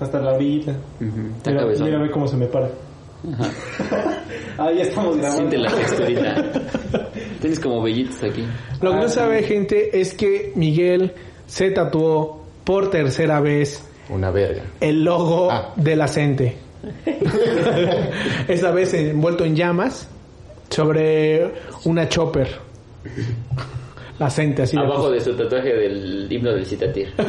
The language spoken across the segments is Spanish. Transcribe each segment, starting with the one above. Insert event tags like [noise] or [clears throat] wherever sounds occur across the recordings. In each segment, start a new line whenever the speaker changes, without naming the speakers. hasta la orilla.
Ujú, Está
Mira,
cabezón.
mírame cómo se me para.
Ajá.
[laughs] ah, ya estamos grabando.
Siente la
[laughs]
texturita. Tienes como vellitos aquí.
Lo que
Ah,
no
sí.
sabe, gente, es que Miguel se tatuó por tercera vez
Una verga.
el logo
Ah.
de la CENTE. Esta vez envuelto en llamas sobre una chopper. La CENTE, así le
Abajo de su tatuaje del himno del citatir.
puso.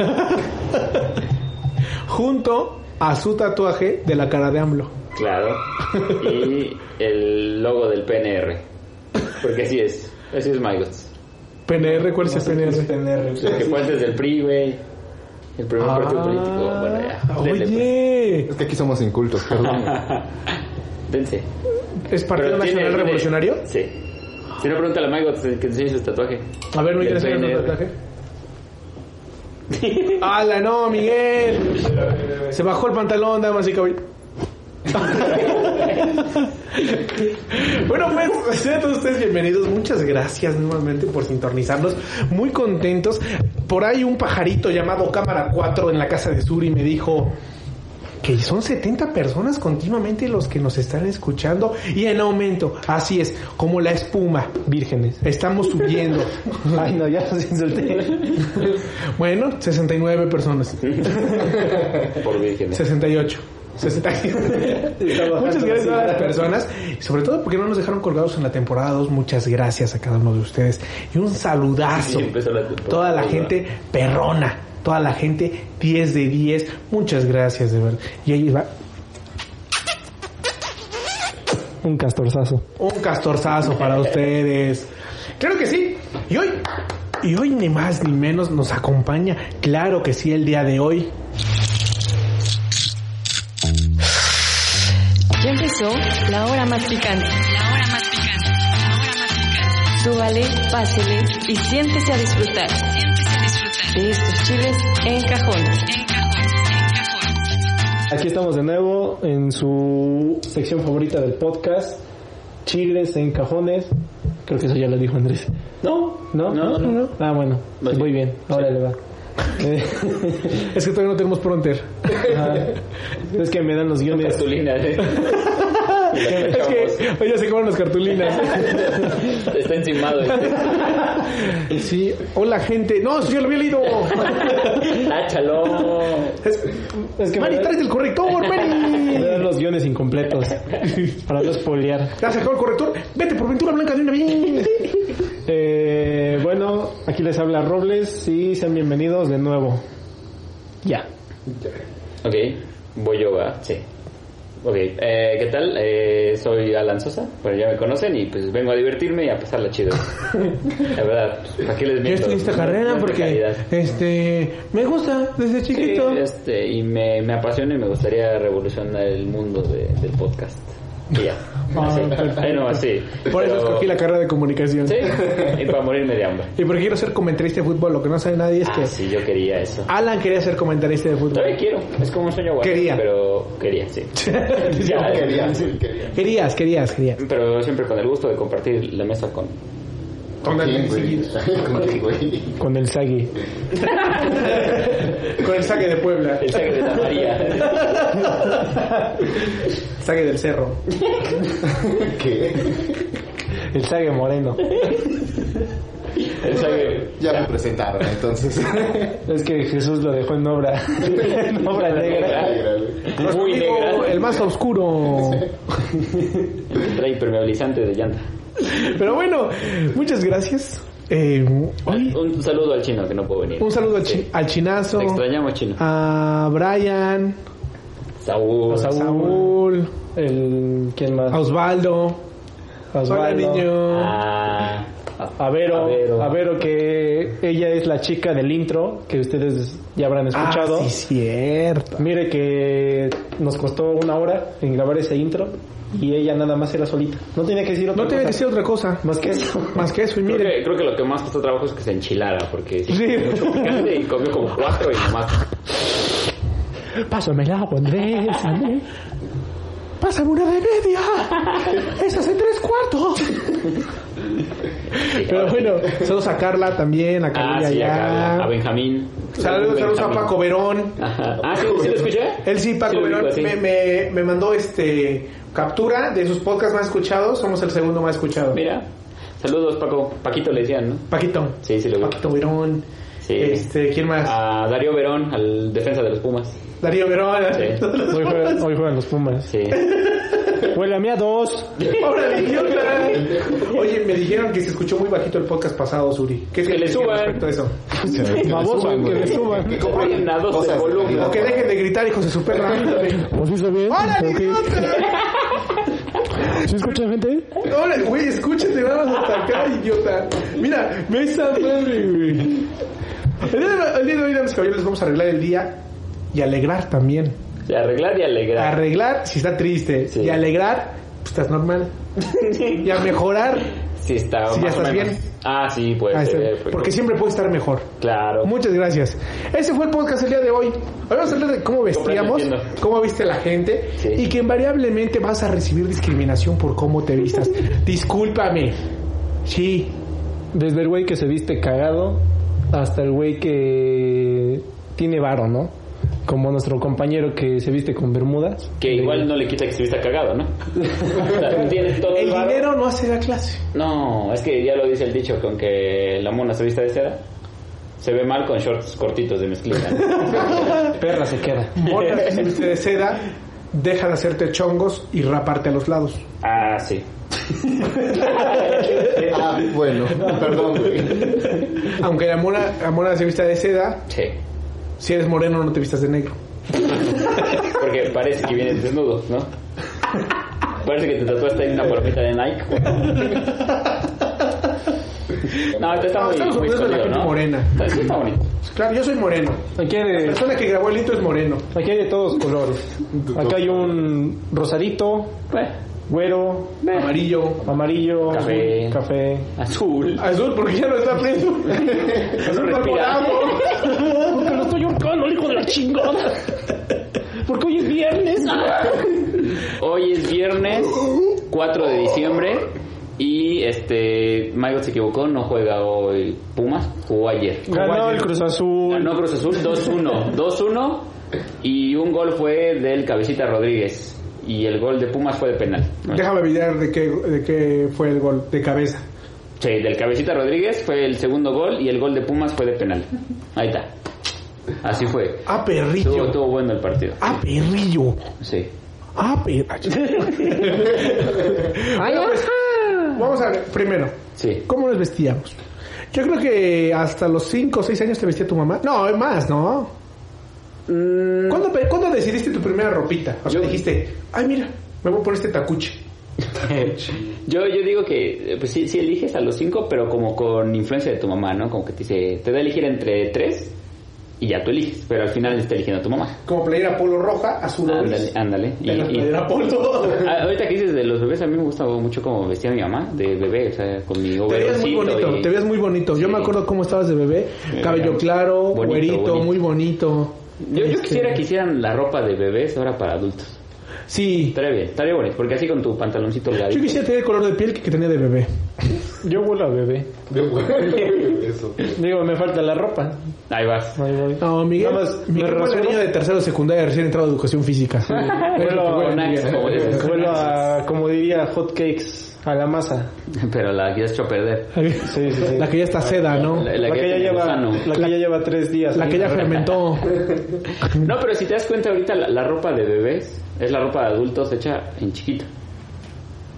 Junto a su tatuaje de la cara de AMLO.
Claro. [laughs] Y el logo del PNR. Porque así es. Así es Mygots.
PNR, ¿cuál es el
Es
PNR?
PNR.
El que fue antes del PRI, güey. El primer partido
Ah,
político. Bueno, ya. pues. Denle,
Oye,
Es que aquí somos incultos, perdón.
pues. Dense.
¿es Partido
Pero tiene-
Nacional
tiene-
Revolucionario?
Sí. Si no, pregúntale a Mygots que te enseñe su tatuaje.
A ver,
Del
¿no quieres hacer un
PNR.
tatuaje? ¡Hala, no, Miguel! Se bajó el pantalón, damas y caballeros. bueno, pues sean todos ustedes bienvenidos. Muchas gracias nuevamente por sintonizarnos. Muy contentos. Por ahí un pajarito llamado Cámara 4 en la casa de Suri me dijo que son 70 personas continuamente los que nos están escuchando y en aumento. Así es, como la espuma, vírgenes. Estamos subiendo.
Ay, no, ya [laughs] los insulté.
Bueno, 69 personas.
Por vírgenes.
68.
[laughs]
68.
bajando
Muchas gracias a todas
la
las
cifra.
personas, y sobre todo porque no nos dejaron colgados en la temporada 2. Muchas gracias a cada uno de ustedes y un saludazo.
Sí, empezó la temporada
toda la
dos,
gente perrona, toda la gente 10 de 10. Muchas gracias, de verdad. Y ahí va
Un castorzazo.
un
[laughs]
castorzazo para ustedes. Claro que sí. Y hoy, y hoy ni más ni menos nos acompaña, claro que sí, el día de hoy.
Ya empezó la hora más picante. La hora más picante. Súbale, pásele y siéntese a disfrutar. Siéntese a disfrutar. De estos chiles en cajón. En cajón, en cajón.
Aquí estamos de nuevo en su sección favorita del podcast, Chiles en Cajones. Creo que eso ya lo dijo Andrés.
No.
¿No?
No, no, no.
Ah, bueno.
Más
Muy
bien.
bien. Ahora le va. Eh,
[laughs] Es que todavía no tenemos pronter.
ajá. es que me dan los guiones.
[laughs] Cartulina, ¿eh?
Es que hoy ya se acabaron las cartulinas.
[laughs] Está encimado. [laughs] ¿eh?
Sí, hola gente. No, eso yo lo
[laughs]
había leído.
Táchalo.
Es-
Es que me
Mari,
dan,
traes el corrector,
me dan
Mari.
los guiones incompletos para no spoilear.
Ya se acabó el corrector. Vete por Ventura Blanca de una vez.
Eh, bueno, aquí les habla Robles y sean bienvenidos de nuevo. Ya.
Ok, voy yo, ¿verdad? Sí. Ok, eh, ¿qué tal? Eh, soy Alan Sosa, bueno, ya me conocen y pues vengo a divertirme y a pasarla [laughs] chido. La verdad, pues, ¿para qué les
Yo
miento?
estudié esta
No-
carrera
no es
porque
precariedad.
este me gusta desde
Sí,
chiquito.
este, y me, me apasiona y me gustaría revolucionar el mundo de- del podcast. Y ya. Así. Ay, no, así.
Ah, Por eso
Pero-
escogí la carrera de comunicación.
Sí, y para morirme de hambre.
Y porque quiero ser comentarista de fútbol, lo que no sabe nadie es
Ah,
que
sí, yo quería eso.
Alan quería ser comentarista de
Todavía
fútbol.
quiero, es como un sueño guay.
Quería.
Pero quería,
[laughs]
sí. Ya,
Quería, sí, quería.
Querías, querías, querías.
Pero siempre con el gusto de compartir la mesa con...
¿Con quién, güey? [laughs] ¿Con quién, güey?
Con el Sagi.
[laughs] Con el saque de Puebla,
El sangre de la María.
saque del cerro.
¿Qué?
El Sagi Moreno.
El sangre...
Ya me presentaron, entonces.
Es que Jesús lo dejó en
[laughs]
obra. en obra negra.
Negra, güey.
Nuestro
Muy
amigo,
negra.
el más oscuro.
Trae impermeabilizante de llanta.
Pero bueno, muchas gracias. Eh, hoy,
Un saludo al chino que no puedo venir.
un saludo Ah. al, chi-
Sí.
al chinazo,
Te extrañamos, chino.
a Brian,
Saúl.
a
Saúl.
Saúl,
El, ¿Quién más?
a Osvaldo. Hola,
Osvaldo.
niño.
Ah,
A Vero,
A
a
Vero.
Vero. que ella es la chica del intro que ustedes ya habrán escuchado.
Ah, sí, cierto.
Mire que nos costó una hora en grabar ese intro y ella nada más era solita. No tenía que decir otra
No tenía que
cosa
decir otra cosa
más que eso.
más que eso. Y
creo,
miren,
que, creo que lo que más costó trabajo es que se enchilara, porque sí,
Sí.
mucho picante y comió como cuatro y nomás.
Pásame el agua, Andrés. Andrés. pásame una
[laughs]
de media. Esa es de tres cuartos. Pero bueno, saludos a Carla también, a
Ah,
Carla
sí, a Carla, a Benjamín.
Saludos, saludos a
Benjamín.
Paco Verón.
Ajá. Ah, sí, ¿sí lo escuché?
Él sí, Paco
lo
Verón,
ubico, sí.
me, me- me mandó este captura de sus podcasts más escuchados. Somos el segundo más escuchado.
Mira, saludos Paco, Paquito le decían, ¿no?
Paquito.
Sí, sí lo ubico.
Paquito Verón.
Sí. Ah.
Este, ¿Quién más?
A Darío Verón, al defensa de los Pumas.
Darío Verón. [laughs]
Sí.
[laughs] Hoy juegan, hoy juegan los Pumas.
Sí.
Huele a mí a dos.
Pobre idiota. Oye, me dijeron que se escuchó muy bajito el podcast pasado, Suri. ¿Qué
Que le
piensas
suban.
respecto a eso?
Baboso, que le suban.
Que compren
Nada, doce
cosas de
volumen.
calidad.
O que dejen de gritar, hijos de su perra.
¿Os hizo bien?
¡Hola,
Ok.
idiota!
¿Sí escuchan, gente?
¡Hola, güey! Escúchate nada más hasta acá, idiota. Mira, ve esa madre, güey. El día de- el día de hoy, damas y caballeros, les vamos a arreglar el día y alegrar también.
O sea, arreglar y alegrar.
Arreglar si está triste
Sí.
y alegrar, pues
[laughs]
estás normal. Y a mejorar,
Sí, está
Si ya
más o
estás
menos.
bien.
Ah, sí,
a
puede
estar-
ser. pues,
porque siempre puede estar mejor.
Claro.
Muchas gracias. Ese fue el podcast el día de hoy. Hoy vamos a hablar de cómo vestíamos,
Comprendo.
cómo viste la gente
Sí.
y que invariablemente vas a recibir discriminación por cómo te
[laughs]
vistas. Discúlpame. Sí,
Desde el güey que se viste cagado hasta el güey que tiene varo, ¿no? Como nuestro compañero que se viste con bermudas.
Que igual no le quita que estuviste cagado, ¿no? [laughs] O sea, tienes todo el,
el
varo.
dinero no hace la clase.
No, es que ya lo dice el dicho, con que la mona se vista de seda, se ve mal con shorts cortitos de mezclilla. ¿no?
Perra se queda.
Monas que se viste de seda, deja de hacerte chongos y raparte a los lados.
ah, sí.
Ah, bueno, perdón, güey.
Aunque la mona, la mona se vista de seda,
Sí.
si eres moreno no te vistas de negro.
Porque parece que vienes desnudo, ¿no? Parece que te tatuaste en una palomita de Nike. No, este está
No,
muy,
estamos
muy
hablando de la
sólido,
gente
¿no? [laughs]
morena.
Está, sí está bonito.
Claro, yo soy moreno.
Aquí hay
La
de,
persona que grabó el hito es moreno.
aquí hay de todos colores. Acá hay un rosadito,
Bueno,
güero,
Amarillo.
amarillo,
Café.
azul, café.
azul.
Azul, porque ya no está
[laughs]
preso. Azul está
respira. [laughs]
morado.
Porque lo estoy horcando, hijo de la chingada. Porque hoy es
[laughs]
viernes.
Hoy es viernes 4 de diciembre y este Michael se equivocó, no juega hoy Pumas, jugó ayer.
Ganó el Cruz Azul.
Ganó Cruz Azul 2-1, 2-1 y un gol fue del Cabecita Rodríguez y el gol de Pumas fue de penal.
Déjame olvidar de qué, de qué fue el gol de cabeza.
Sí, del Cabecita Rodríguez fue el segundo gol y el gol de Pumas fue de penal. Ahí está. Así fue.
Ah,
Estuvo,
perrillo.
estuvo bueno el partido.
Ah, perrillo.
Sí.
Ah,
[laughs]
perrillo. Bueno, pues, Vamos a ver, primero,
Sí.
¿cómo nos vestíamos? Yo creo que hasta los 5 o 6 años te vestía tu mamá. No, es más, ¿no? ¿Cuándo, pe- cuándo decidiste tu primera ropita? O sea,
Mm. Yo-
dijiste, ay, mira, me voy a poner este tacuche.
Yo, yo digo que eh, pues sí, sí eliges a los cinco, pero como con influencia de tu mamá, ¿no? Como que te dice, te da a elegir entre tres y ya tú eliges, pero al final está eligiendo tu mamá.
Como playera polo roja, azul o
Ándale,
gris.
ándale. Y,
Pero
y-
playera polo.
Ah, ahorita que dices de los bebés, a mí me gusta mucho como vestía mi mamá de bebé, o sea, con mi
Te veías muy
overolcito
bonito,
y-
te veías muy bonito. Yo
Sí.
me acuerdo cómo estabas de bebé,
Me
cabello
veía
claro,
bonito,
güerito,
bonito.
muy bonito.
Yo, yo
Este,
quisiera que hicieran la ropa de bebés ahora para adultos.
Sí,
Estaría bien, estaría bonito, porque así con tu pantaloncito
yo
holgadito.
quisiera tener el color de piel que tenía de bebé.
Yo vuelo a bebé.
De huevo, eso.
Digo, me falta la ropa.
Ahí vas.
Ahí
[laughs]
voy.
No, Miguel,
Nada más,
Miguel
me
fue el
rasuro.
niño de tercero de secundaria recién entrado a educación física.
Huelo a-
Con Axe, como dices.
Vuelo a, como diría, hot cakes a la masa.
Pero la que has hecho a perder.
Sí, sí, sí.
[laughs] La que ya está seda, ¿no?
La-
La que, ya
tiene
lleva,
gusano.
la que ya lleva tres días.
La que ya fermentó.
No, pero si te das cuenta ahorita la, la ropa de bebés es la ropa de adultos hecha en chiquito.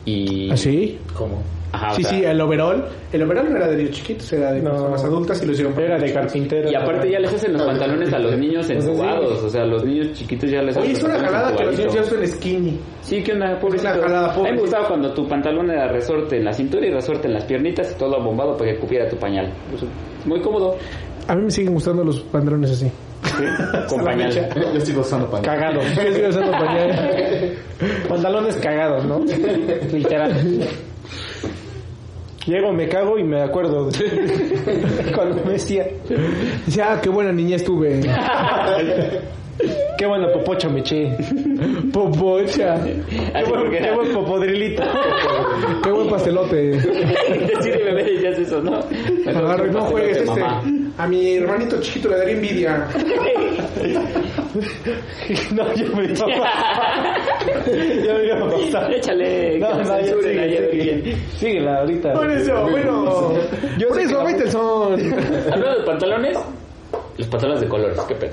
Y
¿Así?
¿Cómo?
Ajá, o
¿Ah, Sí,
sea,
sí, el overall. El overall no era de niños chiquitos, era de
No.
personas adultas y lo hicieron. para
Era de
niños.
carpintero.
Y aparte ya les hacen los pantalones a los niños entubados, o sea, los niños chiquitos ya les hacen los
Pues Oye, es una
pantalones
jalada que los niños ya
entubaditos.
usan skinny.
Sí, que una pobrecito.
Es una jalada,
A mí me
pobrecito.
gustaba cuando tu pantalón era resorte en la cintura y resorte en las piernitas y todo abombado para que cupiera tu pañal. Pues, muy cómodo.
A mí me siguen gustando los pantalones así.
[laughs] Con pañal.
Yo sigo usando pan.
Cagados.
Yo sigo usando [laughs] pañal.
Pantalones cagados, ¿no? Literal. Llego, me cago y me acuerdo de- cuando me decía ah,
Ya, qué buena niñez tuve.
que Qué buena popocha me eché. Popocha. Qué
Así
buen,
porque era-
qué buen popodrilito.
Qué buen pastelote.
Decide beber y ya es eso, ¿no? Mejor
Agarra y
un
no juegues
pastel de
este.
mamá. [laughs]
A mi hermanito chiquito le daría envidia.
no, yo me [laughs] iba a Yo me iba a pasar.
Échale,
No,
que nos
no, ya
censuren ahí
sigue,
alguien.
sigue. Síguela ahorita.
[laughs] Por eso, bueno.
Yo
Por
sé que
eso,
la-
Faitelson.
Hablando de pantalones, los pantalones de colores, qué pedo.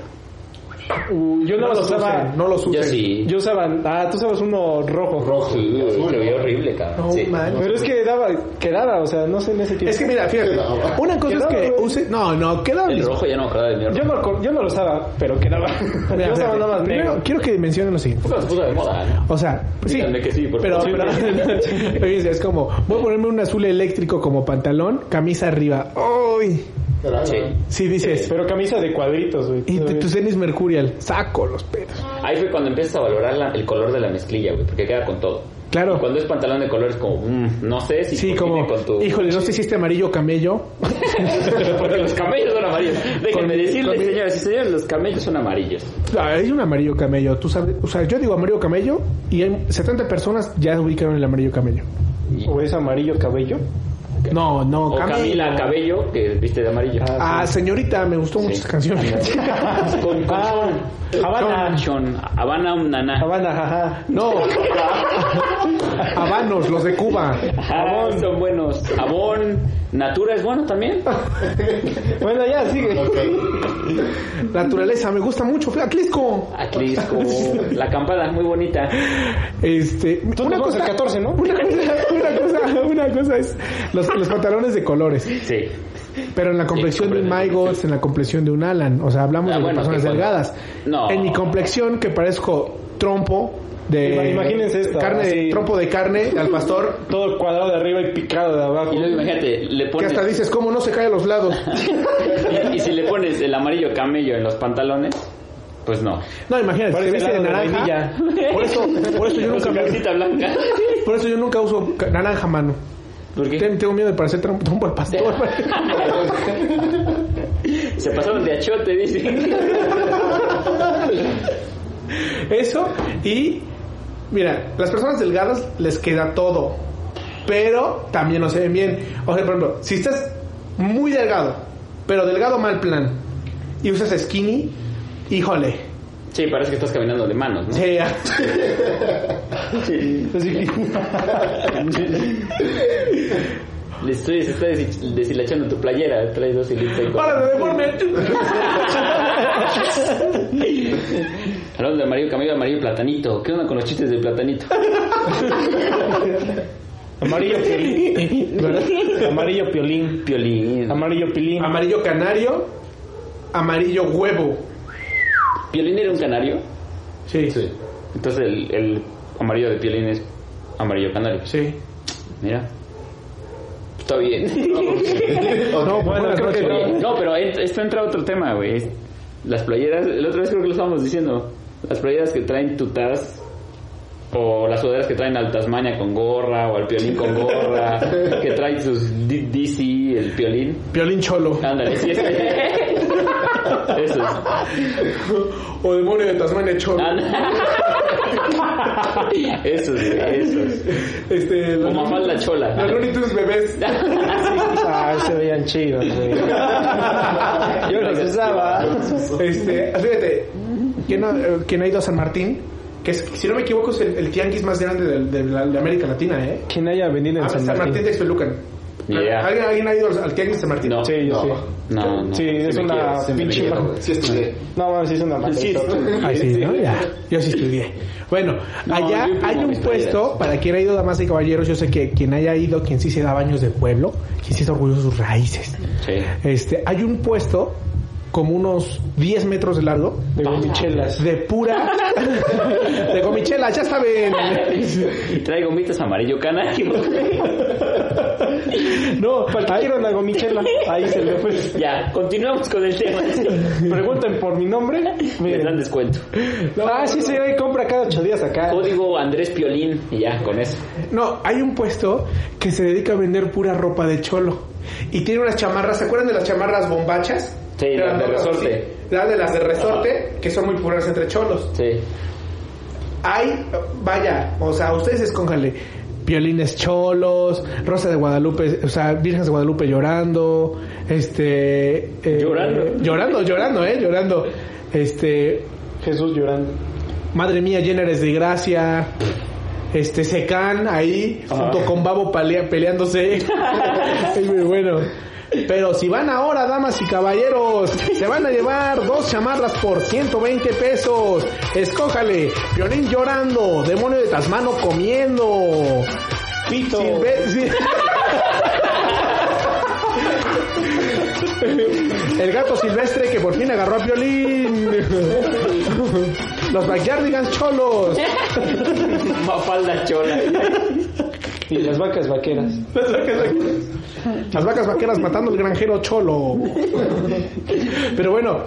Uh, yo no,
No
los
los
usaba.
usen, no los usen.
Yo sí.
Yo usaba. Ah, tú usabas uno rojo.
Rojo, se veía horrible, cabrón.
No
sí.
man.
Pero es que daba, quedaba, o sea, no sé en ese tiempo.
Es que mira, fíjate.
Quedaba.
Una cosa es
Quedaba,
que
güey.
use. No, no, queda
El
mis-
rojo ya no me acordaba de mi rojo.
yo, no, lo- yo no lo usaba, pero quedaba. [laughs]
Mira,
yo usaba
fíjate.
nada más
Primero,
negro.
quiero que mencionen lo siguiente.
Nunca se puso de moda, ¿no?
O sea, sí.
Díganme que sí, por
pero,
favor.
[laughs] pero- pero dice, es como, voy a ponerme un azul eléctrico como pantalón, camisa arriba. ¡Uy!
Carajo.
Sí.
Sí, dices.
Pero camisa de cuadritos, güey.
Y te- tus tenis Mercurial. Saco los pedos.
Ahí fue cuando empiezas a valorar la- el color de la mezclilla, güey, porque queda con todo.
Claro.
Y cuando es pantalón de colores, como, mm, no sé si
Sí,
combine
como,
con tu.
híjole, no sé si este amarillo camello.
[laughs] porque los camellos son amarillos.
Con-
Déjenme decirles,
con-
señores y señores, los camellos son amarillos.
Ah, Hay un amarillo camello, tú sabes. O sea, yo digo amarillo camello y hay 70 personas ya ubicaron el amarillo camello.
Y-
¿O es amarillo cabello?
No, no,
o
camello.
Camila Cabello, que viste de amarillo.
Ah, señorita, me gustó mucho
Sí.
esa canción.
[laughs] Con, con
Ah, Habana.
Sean, Habana un naná.
Habana, jaja.
No, habanos, los de Cuba.
Ah, son buenos. Avon, Natura es bueno también.
[laughs] Bueno, ya, sigue.
Naturaleza, me gusta mucho. Fui a Atlisco. [laughs]
Atlisco, la acampada es muy bonita.
Este,
Tú
una
nos vamos
cosa,
al 14, ¿no?
una cosa, [laughs] una cosa, una cosa es los, los pantalones de colores,
Sí.
pero en la complexión de un Maigots, en la complexión de un Alan, o sea, hablamos
Ah,
de
bueno,
personas
que cuando-
delgadas.
No.
En mi complexión que parezco trompo
Ima-
de
imagínense esto,
carne,
así.
trompo de carne al pastor,
Todo cuadrado de arriba y picado de abajo.
Y luego imagínate, le
que
pones.
hasta dices cómo no se cae a los lados.
Y, y si le pones el amarillo camello en los pantalones, pues no.
No, imagínate,
Parece
te viste de
helado de
naranja.
vainilla.
Por eso, por
Con
eso Pues yo nunca
su
[laughs]
me-
camisita
[laughs]
blanca.
Por eso yo nunca uso ca- naranja, mano.
¿Por qué?
Ten- Tengo miedo de parecer trom- trompo al pastor.
Se pasaron de achote, dice.
Eso y mira, las personas delgadas les queda todo, pero también no se ven bien. O sea, por ejemplo, si estás muy delgado, pero delgado mal plan y usas skinny, híjole.
Sí, parece que estás caminando de manos, ¿no?
Sí,
Así
Le estoy, se está desi- deshilachando tu playera. Traes dos hilitos ahí. con-
[laughs] ¡Para de deforme!
Hablando de amarillo camello, amarillo platanito. ¿Qué onda con los chistes de platanito?
Amarillo piolín. [laughs] ¿Verdad? Amarillo piolín.
Piolín.
Amarillo pilín.
Amarillo canario, amarillo huevo.
Piolín era un canario.
Sí, sí.
Sí.
Entonces el, el amarillo de Piolín es amarillo canario. Pues, Mira. Está bien.
[laughs] No, bueno,
[laughs]
creo que
Oye,
no.
no, pero en- esto entra a otro tema, güey. Es- Las playeras, la otra vez creo que lo estábamos diciendo. Las playeras que traen tutas o las sudaderas que traen al Tasmania con gorra o al piolín con gorra,
[laughs]
que traen sus D- DC, el piolín.
Violín cholo.
[laughs] Ándale, sí, este. es
[laughs]
Eso es.
O demonio de Tasmania cholo.
Ah, Ándale. Eso es, eso es.
Este,
O
los
Mafalda
los
[laughs]
chola.
Looney Tunes bebés.
Ay, Ah, se veían chidos, [laughs] güey. Yo los usaba.
Este, fíjate, ¿quién ha, eh, quién ha ido a San Martín? Que es, si no me equivoco es el, el tianguis más grande del- de, la- de América Latina, ¿eh?
Quien haya venido
Ah,
en San Martín.
de Expelucan.
Yeah.
¿Alguien, alguien ha ido al, al tianguis de San Martín?
No.
Sí, yo
No.
sí.
No, no.
Sí, es
me
una
quiero, sí me
pinche.
quiero,
ma-
güey. Sí estudié.
No, mames, sí es una madresota.
Ah, sí, ¿no? Ya. Yo sí estudié. Bueno,
No,
allá
yo fui
hay
como
un
mis
puesto,
playeras.
para quien ha ido, damas y caballeros, yo sé que quien haya ido, quien sí se da baños de pueblo, quien sí es orgulloso de sus raíces.
Sí.
Este, hay un puesto como unos 10 metros de largo
De gomichelas.
de
[laughs]
pura de gomichela, ya saben.
Y trae gomitas amarillo canario.
No, cualquiera una gomichela. Ahí se le fue.
[laughs] ya, continuamos con el tema.
Pregunten por mi nombre.
Les dan
Miren.
descuento.
Ah, sí, sí, ahí compra cada ocho días acá.
Código Andrés Piolín. Y ya, con eso.
No, hay un puesto que se dedica a vender pura ropa de cholo. Y tiene unas chamarras, ¿se acuerdan de las chamarras bombachas?
Sí, las
Eran
de
otras así.
resorte.
Las de las de resorte, que son muy populares entre cholos.
Sí.
Hay, vaya, o sea, ustedes escónganle. Violines cholos, Rosa de Guadalupe, o sea, Virgen de Guadalupe llorando, este... eh,
Llorando.
Llorando, llorando, eh, llorando. Este,
Jesús llorando.
Madre mía, llena eres de gracia. Este, Secan ahí,
Ajá.
junto con Babo palea- peleándose. es muy bueno. Pero si van ahora, damas y caballeros, se van a llevar dos chamarras por 120 pesos. Escójale, Violín llorando, demonio de Tasmano comiendo.
Pito.
Silve- Sil- El gato silvestre que por fin agarró a Piolín. Los backyardigans cholos.
Mafalda chola.
Y las vacas vaqueras.
[laughs] Las vacas vaqueras matando al granjero cholo. Pero bueno,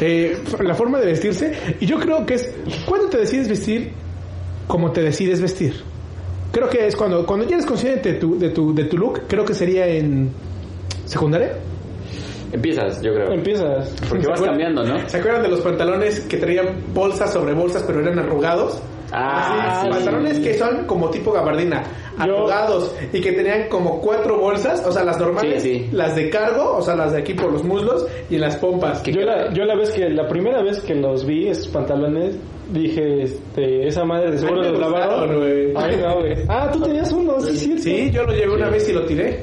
eh, la forma de vestirse. Y yo creo que es cuando te decides vestir como te decides vestir. Creo que es cuando, cuando ya eres consciente de tu, de, tu, de tu look, creo que sería en secundaria.
Empiezas, yo creo.
Empiezas.
Porque vas cambiando, ¿no?
¿Se acuerdan de los pantalones que traían bolsas sobre bolsas pero eran arrugados?
Ah,
Así,
sí.
pantalones que son como tipo gabardina, arrugados y que tenían como cuatro bolsas, o sea, las normales,
Sí, sí.
las de cargo, o sea, las de aquí por los muslos y en las pompas.
Yo la, yo la vez que, la primera vez que los vi, esos pantalones, dije, este, esa madre de seguro
Ay, me
los lavaron.
gustaron, güey.
Ay, no, güey. Ah, tú tenías uno, sí, sí.
Sí, yo lo llevé una vez y lo tiré.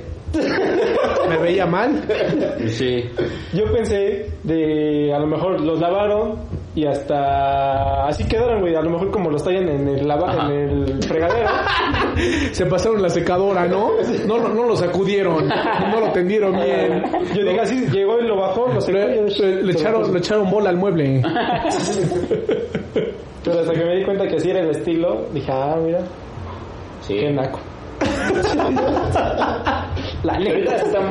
Me veía mal.
Sí.
Yo pensé de, a lo mejor los lavaron y hasta así quedaron, güey. A lo mejor como los tallan en el lava, en
Ajá.
el
[laughs]
fregadero.
Se pasaron la secadora, ¿no? No, lo- no lo sacudieron, no lo tendieron
[laughs]
bien.
Yo dije así, llegó y lo bajó, lo secó.
Le,
y-
le- le echaron, le echaron bola al mueble.
Pero hasta que me di cuenta que así era el estilo, dije, ah, mira,
Sí.
qué naco.
La neta se están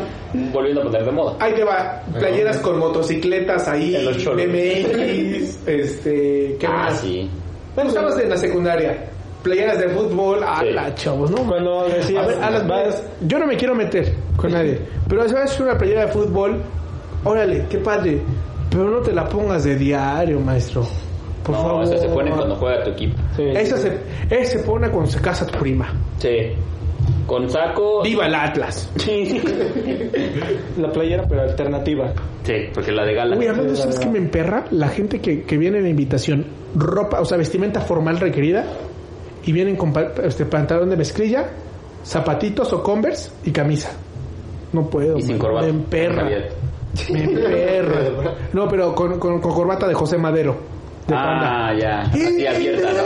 volviendo a poner de moda.
Ahí te va, playeras con motocicletas ahí,
En los cholos. [laughs]
BMX, este, ¿qué
Ah,
más?
sí.
Bueno, estabas en la secundaria, playeras de fútbol,
Sí.
ala, chavos, ¿no?
Cuando
A
decías,
ver, a las
vas,
yo no me quiero meter con nadie, pero si vas a una playera de fútbol, órale, qué padre, pero no te la pongas de diario, maestro. Por
no,
favor.
o sea, se ponen cuando juega tu equipo.
sí.
Esa se, esa se pone cuando se casa tu prima.
Sí. Con saco.
Viva el Atlas.
Sí.
la playera, pero alternativa.
Sí, porque la de gala.
Uy,
Sí, la
hablando, ¿sabes
verdad.
que me emperra? La gente que, que viene en invitación, ropa, o sea, vestimenta formal requerida, y vienen con pa- este, pantalón de mezclilla, zapatitos o converse y camisa. No puedo.
Y sin
man.
corbata.
Me [laughs] emperra.
Javier.
Me emperra. No, pero con, con- con corbata de José Madero. De Panda.
Ah, ya. Así abierta, ¿no?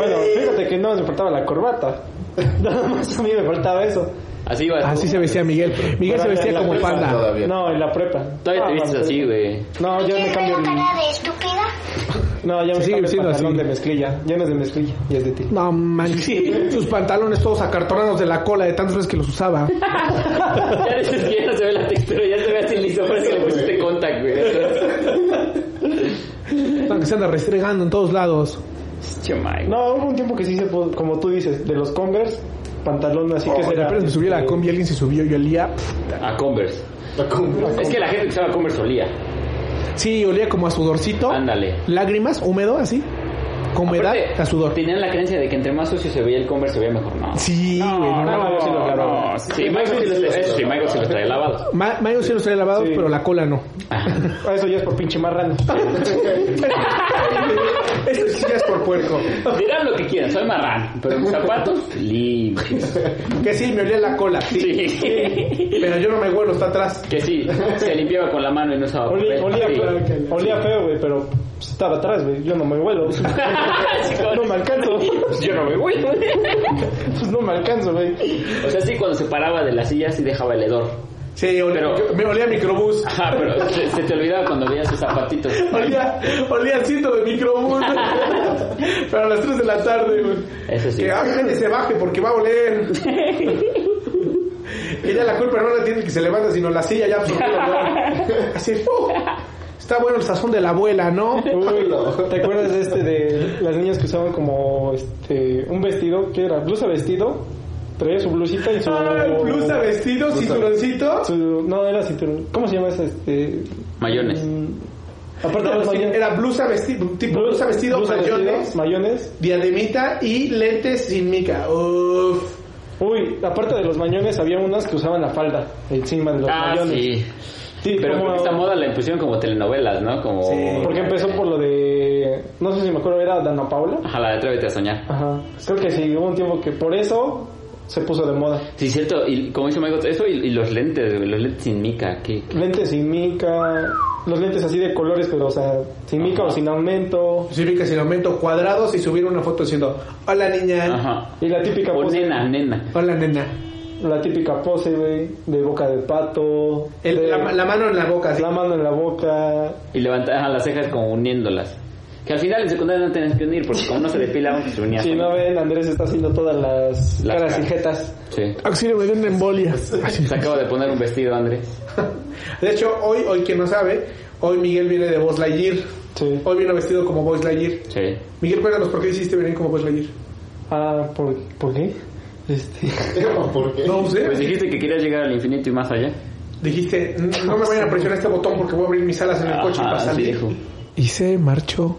Bueno, fíjate que no me faltaba la corbata. [laughs] Nada más a mí me faltaba eso.
Así va.
Así se vestía Miguel. Miguel se
Ahora,
vestía
la
como
presa
panda.
todavía.
No, en la prepa.
Todavía te
Ah,
vistes
vale.
así, güey.
No, yo me cambio.
¿Tiene
el-
cara de estúpida?
No, ya me
Sí,
cambio el
siendo
pantalón
así.
de mezclilla. Ya no es de mezclilla, ya es de ti.
No manches. Sus pantalones todos acartonados de la cola de tantas veces que los usaba.
[laughs] Ya dices que ya no se ve la textura, ya se ve así liso. Parece que le pusiste contact, güey.
No, que se anda restregando en todos lados.
Chumay.
No, hubo un tiempo que sí se pudo, como tú dices, de los Converse, pantalón así que
que se
será.
Oh, apenas me subí a la
eh,
combi, alguien se subió, yo olía. pff,
A Converse.
La compra.
Es que la gente que usaba Converse olía.
Sí, olía como a sudorcito.
Ándale.
Lágrimas, húmedo, así. Con humedad,
Aparte,
a sudor.
Tenían la creencia de que entre más sucio se veía el Converse, se veía mejor. No.
Sí, güey. No,
no,
Michael sí lo lavaba.
no. Sí, Michael sí los trae- eso sí, Michael sí los trae lavados.
Ma- Mayo sí los traía lavados,
Sí.
pero la cola no.
ah, Eso ya es por pinche
[laughs]
marrano.
Eso sí ya es por puerco.
Dirán lo que quieran, soy marrano, pero mis [laughs] zapatos limpios.
Que sí, me olía la cola, sí.
Sí.
Pero yo no me huelo, está atrás.
Que sí, se limpiaba con la mano y no usaba
Olía,
papel.
olía,
Sí.
feo, olía feo, güey, pero pues, estaba atrás, güey. Yo no me
[laughs]
vuelo.
Sí, [laughs] como-
No me alcanzo.
Yo no me voy.
Pues no me alcanzo, güey.
O sea, sí, cuando se paraba de la silla, sí dejaba el hedor.
Sí, olía,
Pero-
yo- me olía a microbús.
Ajá, Ah, pero se, se te olvidaba cuando veías sus zapatitos.
Olía, olía al cinto de microbús.
[laughs]
Pero a las 3 de la tarde, güey.
Eso sí.
Que ah, gente se baje porque va a
[laughs]
oler. que ya la culpa no la tiene el que se levanta, sino la silla ya absorbió
[laughs]
el olor. Así, ¡fu! Está bueno el sazón de la abuela, ¿no?
Uy, ¿te acuerdas de este de las niñas que usaban como este un vestido? ¿Qué era? ¿Blusa vestido? Traía su blusita y su.
Ah, Ay, blusa, vestidos, cinturoncito.
su- no, era cinturón. ¿Cómo se llama ese? Este,
Mayones.
Mm, aparte
No,
del
sí,
mayones.
era blusa vestido, tipo blusa vestido,
blusa vestido,
mayones,
mayones.
diademita y lentes sin mica. Uf.
Uy, aparte de los mayones, había unas que usaban la falda encima de los
Ah,
mayones.
sí.
Sí,
Pero
como-
esta moda la impusieron como telenovelas, ¿no? Como...
Sí,
Porque empezó por lo de. No sé si me acuerdo, era Dana Paula.
Ajá, la de Atrévete a Soñar.
Ajá. Creo que sí, hubo un tiempo que por eso se puso de moda.
Sí, cierto. Y como dice Michael, eso y, y los lentes, güey, los lentes sin mica. ¿Qué, qué?
Lentes sin mica, los lentes así de colores, pero o sea, sin mica o sin aumento.
Sí, vi que sin aumento cuadrados y subir una foto diciendo, hola niña,
Ajá.
Y la típica
O
pose,
nena, nena.
hola nena.
la típica pose, güey, de boca de pato,
El-
de-
Eh,
la, la mano en la boca, así.
la mano en la boca.
Y levantar ajá, las cejas como uniéndolas. Que al final en secundaria no tenías que unir, porque como no se depilaban, pues se unían.
Si no ven, Andrés está haciendo todas las,
Las
caras y
caras.
jetas.
Sí.
Auxilio, me dio una embolia.
Se acaba de poner un vestido, Andrés.
De hecho, hoy, hoy quien no sabe, hoy Miguel viene de Voz Lightyear.
Sí.
Hoy vino vestido como Voz Lightyear.
Sí.
Miguel, cuéntanos por qué hiciste venir como Voz Lightyear.
Ah, ¿por, ¿por qué? Este, [laughs]
¿Por qué?
No sé.
Pues dijiste que querías llegar al infinito y más allá.
Dijiste, no me vayan a presionar este botón porque voy a abrir mis alas en el coche y
Ajá,
va a
así
salir.
dijo.
Y se marchó.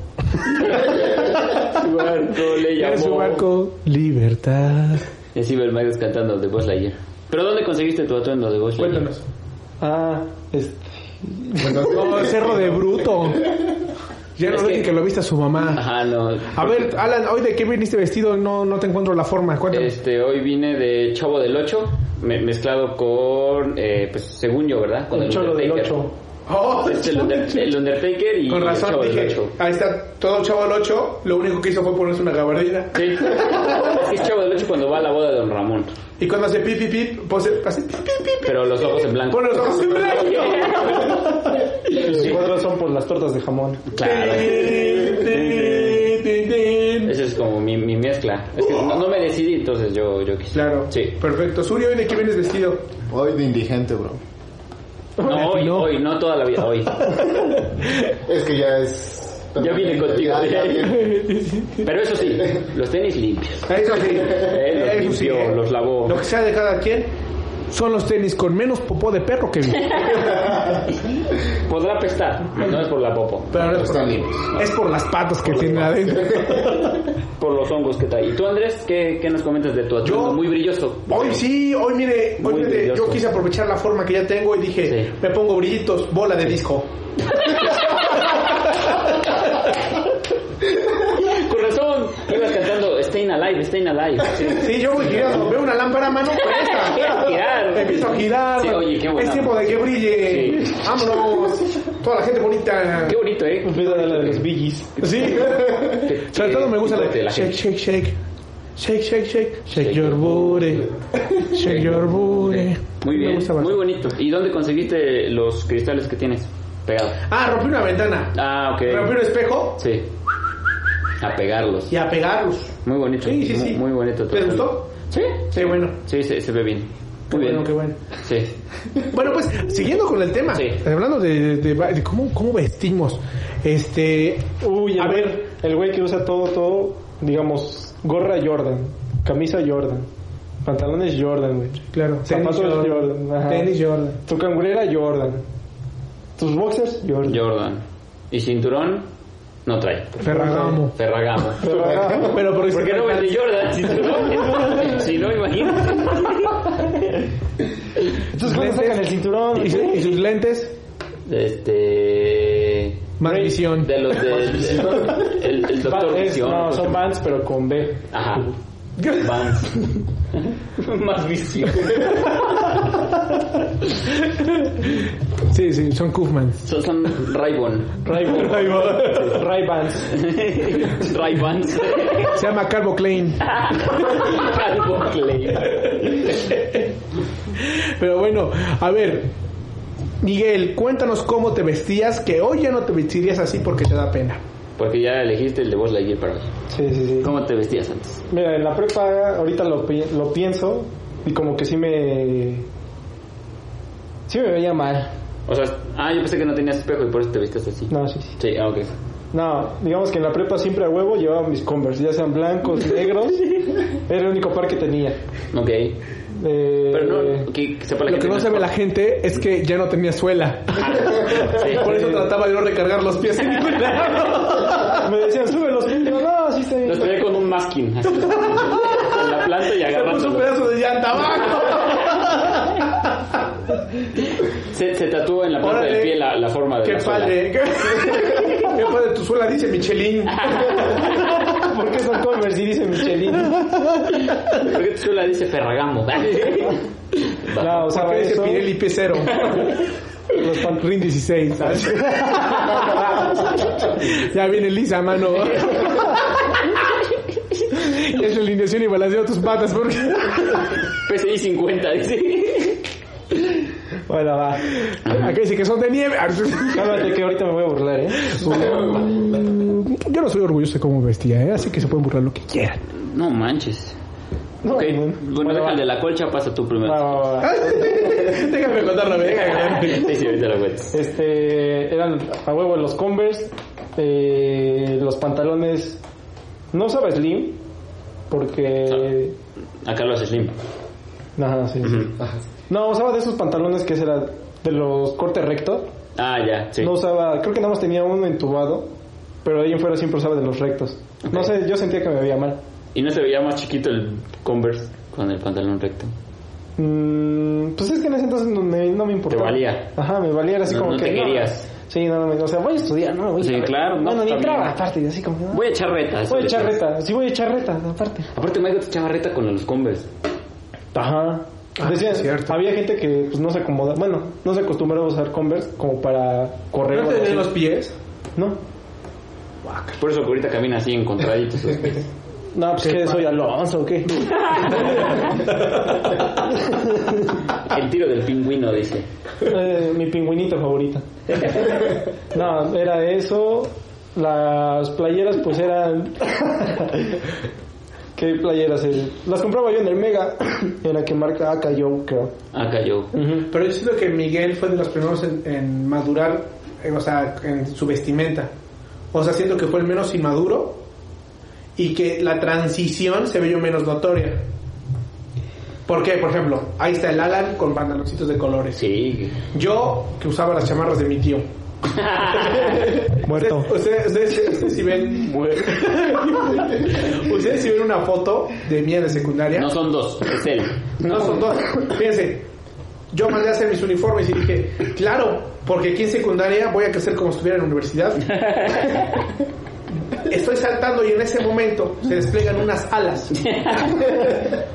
Su barco le llamó.
libertad.
Y así va el Michael cantando de Buzz Lightyear. ¿Pero dónde conseguiste tu atuendo de Buzz Lightyear?
Cuéntanos.
ah, este,
No, el cerro de bruto. Ya no
Es
dejen
que-
que lo viste a su mamá.
Ajá, no.
A ver, Alan, hoy de qué viniste vestido no, no te encuentro la forma. Cuéntanos.
Este, hoy vine de Chavo del 8, mezclado con, eh, pues según yo, ¿verdad? Con
el cholo del
Undertaker.
8.
Oh,
Este, el, Under- el Undertaker y
Con
el
razón
Chavo del
dije,
8.
ahí está todo chavo del 8, lo único que hizo fue ponerse una gabardina.
Sí. Es que es Chavo del 8 cuando va a la boda de Don Ramón.
Y cuando hace pip, pip, pip, pose, hace pip, pip, pip,
Pero los ojos en blanco.
pone los ojos en blanco.
Los cuadros son por las tortas de jamón.
[laughs] Claro.
eh, Tin, tin, tin, tin.
Esa es como mi, mi mezcla. Es que no, no me decidí, entonces yo, yo quise.
Claro,
Sí.
perfecto. Suri, ¿hoy de qué vienes vestido?
Hoy de indigente, bro.
No, hoy,
No.
hoy, no toda la vida, hoy.
Es que ya es...
Ya viene contigo.
Ya, ya viene.
Pero eso sí, los tenis limpios.
Eso
[laughs]
sí,
Eh, los
eso sí,
limpió,
eh.
los lavó.
Lo que sea de cada quien son los tenis con menos popó de perro que vi.
Podrá pestar, no es por la popo,
Pero no es, por,
Están limpios.
es por las patas que tiene adentro.
por los hongos que trae. ¿Y tú, Andrés, qué, qué nos comentas de tu atuendo?
Yo-
Muy brilloso.
Hoy sí, hoy mire, hoy
Muy
mire,
brilloso.
yo quise aprovechar la forma que ya tengo y dije,
Sí.
me pongo brillitos, bola de disco.
Con razón, ibas cantando Staying Alive, Staying Alive. Sí.
Sí, yo voy girando, veo una lámpara, mano, pues,
[laughs] Quiero
presa.
girar.
Empiezo a girar.
Sí, oye, qué buena.
es tiempo de que brille.
Sí.
Vámonos. Toda la gente bonita.
Qué bonito,
[laughs]
¿eh?
Empieza a darle de los biggies.
Sí. Sobre todo me gusta la
de la
shake,
gente.
shake, shake. Shake, shake, shake. Shake
your
your booty. Shake your booty.
Muy
Me
bien,
gusta
muy
bastante.
bonito. ¿Y dónde conseguiste los cristales que tienes pegados?
Ah, rompí una ventana.
Ah,
Rompí un
ok.
espejo
Sí. A pegarlos.
y a pegarlos.
Muy bonito.
Sí, sí,
muy,
sí.
muy bonito.
¿Te gustó?
Sí.
Qué bueno.
Sí, se, se ve bien.
Qué
Muy
bueno,
bien.
qué bueno.
Sí.
Bueno, pues siguiendo con el tema,
Sí.
hablando de, de- de- de cómo, cómo vestimos, este,
Uy,
a
el-
ver,
el güey que usa todo, todo, digamos, gorra Jordan, camisa Jordan, pantalones Jordan, güey.
claro,
Zapatos Jordan, ajá.
tenis Jordan,
Tu cangurera Jordan, tus boxers Jordan.
Jordan. Y cinturón no trae.
Ferragamo.
Ferragamo.
Pero, ajá,
Pero por eso
¿Por qué no
trae-
vende Jordan? Cinturón. si no, imagínate.
entonces cuando sacan el cinturón,
y, su- y sus lentes,
Este.
maldición.
De los de. de- el, el doctor
Vans,
Visión.
no, son Vans pero con B.
Ajá. Vans. Más visión.
Sí, sí, son Kufman.
Son, son Raybon.
Ray Bans. Ray Bans.
Raybans.
Se llama Calvo Klein.
Calvo Clay.
Pero bueno, a ver, Miguel, cuéntanos cómo te vestías, que hoy ya no te vestirías así porque te da pena.
Porque ya elegiste el de Buzz Lightyear para hoy.
Sí, sí, sí.
¿Cómo te vestías antes?
Mira, en la prepa ahorita lo, pi- lo pienso y como que sí me... Sí me veía mal.
O sea, ah, yo pensé que no tenías espejo y por eso te vestías así.
No, sí, sí.
Sí, ah, ok.
No, digamos que en la prepa siempre a huevo llevaba mis Converse, ya sean blancos, negros, era el único par que tenía.
Ok.
eh,
Pero no, que sepa la
Lo
gente
que no sabe la gente es que ya no tenía suela.
Sí.
Por eso trataba de no recargar los pies en ningún lado.
Me decían, sube los puntos. No, sí está bien.
Los traía con un masking. Así, con la planta y
Se puso un
agarrándolo.
pedazo de llanta abajo.
Se, se tatúa en la planta
Órale.
del pie la, la forma de
Qué
la suela.
padre. Qué [laughs] qué padre tu suela, dice Michelin.
¿Por qué son Converse y dice
[laughs]
Michelin?
¿Por qué tu suela dice Ferragamo? [laughs]
No,
¿Por
usaba
qué dice
eso.
Pirelli [laughs] P0?
Los pan-
Rin 16, [laughs] ¿sabes? ya viene lisa, [laughs] mano. es la alineación y balanceo tus patas porque...
PCI 50, dice.
Bueno, va.
Acá dice que son de nieve. Ah, pues,
Cálmate que ahorita me voy a burlar, ¿eh?
Yo no soy orgulloso de cómo vestía, ¿eh? así que se pueden burlar lo que quieran.
No manches.
No,
Ok,
no.
bueno, deja el de la colcha, pasa tú primero.
Va, va, va.
[laughs] Déjame contarlo, [laughs]
[laughs]
déjame
Sí, sí, ahorita lo cuentas.
Este, eran a huevo los Converse, eh, los pantalones, no usaba slim, porque...
Acá lo hace Slim.
No, sí, sí. No, usaba de esos pantalones que era de los corte recto,
Ah, ya, sí.
no usaba, creo que nada más tenía uno entubado, pero de ahí en fuera siempre usaba de los rectos. No sé, yo sentía que me veía mal.
¿Y no se veía más chiquito el Converse con el pantalón recto?
Mm, pues es que en ese entonces no me, no me importaba.
Te valía.
Ajá, me valía, era así
No-
como
no
que.
te
no.
querías.
sí, no, no, o sea, voy a estudiar, no, voy a
Sí,
estudiar.
claro, no,
Bueno, ni
también.
entraba, aparte, así como. "Ah,
Voy a echar reta. eso
Voy a echar
decía.
reta, sí voy a echar reta, aparte.
Aparte, Michael te echaba reta con los Converse.
Ajá.
Ah,
Decían,
es cierto.
Pues había gente que pues no se acomoda, bueno, no se acostumbraba a usar Converse como para correr. o
¿No
algo
te
así.
den los pies?
No,
Por eso que ahorita camina así este, encontraditos los pies.
no, pues que soy Alonso, ¿o qué?
El tiro del pingüino, dice.
Eh, mi pingüinito favorita. No, era eso. Las playeras, pues eran. [laughs] ¿Qué playeras? El- Las compraba yo en el Mega. Era que marca Aka Yo, creo.
Acá yo.
Ujú.
Pero yo siento que Miguel fue de los primeros en, en madurar, eh, o sea, en su vestimenta. O sea, siento que fue el menos inmaduro y que la transición se vio menos notoria. ¿Por qué? Por ejemplo, ahí está el Alan con pantaloncitos de colores.
Sí.
Yo, que usaba las chamarras de mi tío.
Muerto.
Ustedes, ustedes- ustedes- ustedes si ven... [laughs] ustedes si ven una foto de mía de secundaria...
No son dos, es él.
No son dos. Fíjense, yo mandé a hacer mis uniformes y dije, claro, porque aquí en secundaria voy a crecer como si estuviera en la [laughs] universidad. Estoy saltando y en ese momento se despliegan unas [laughs] alas,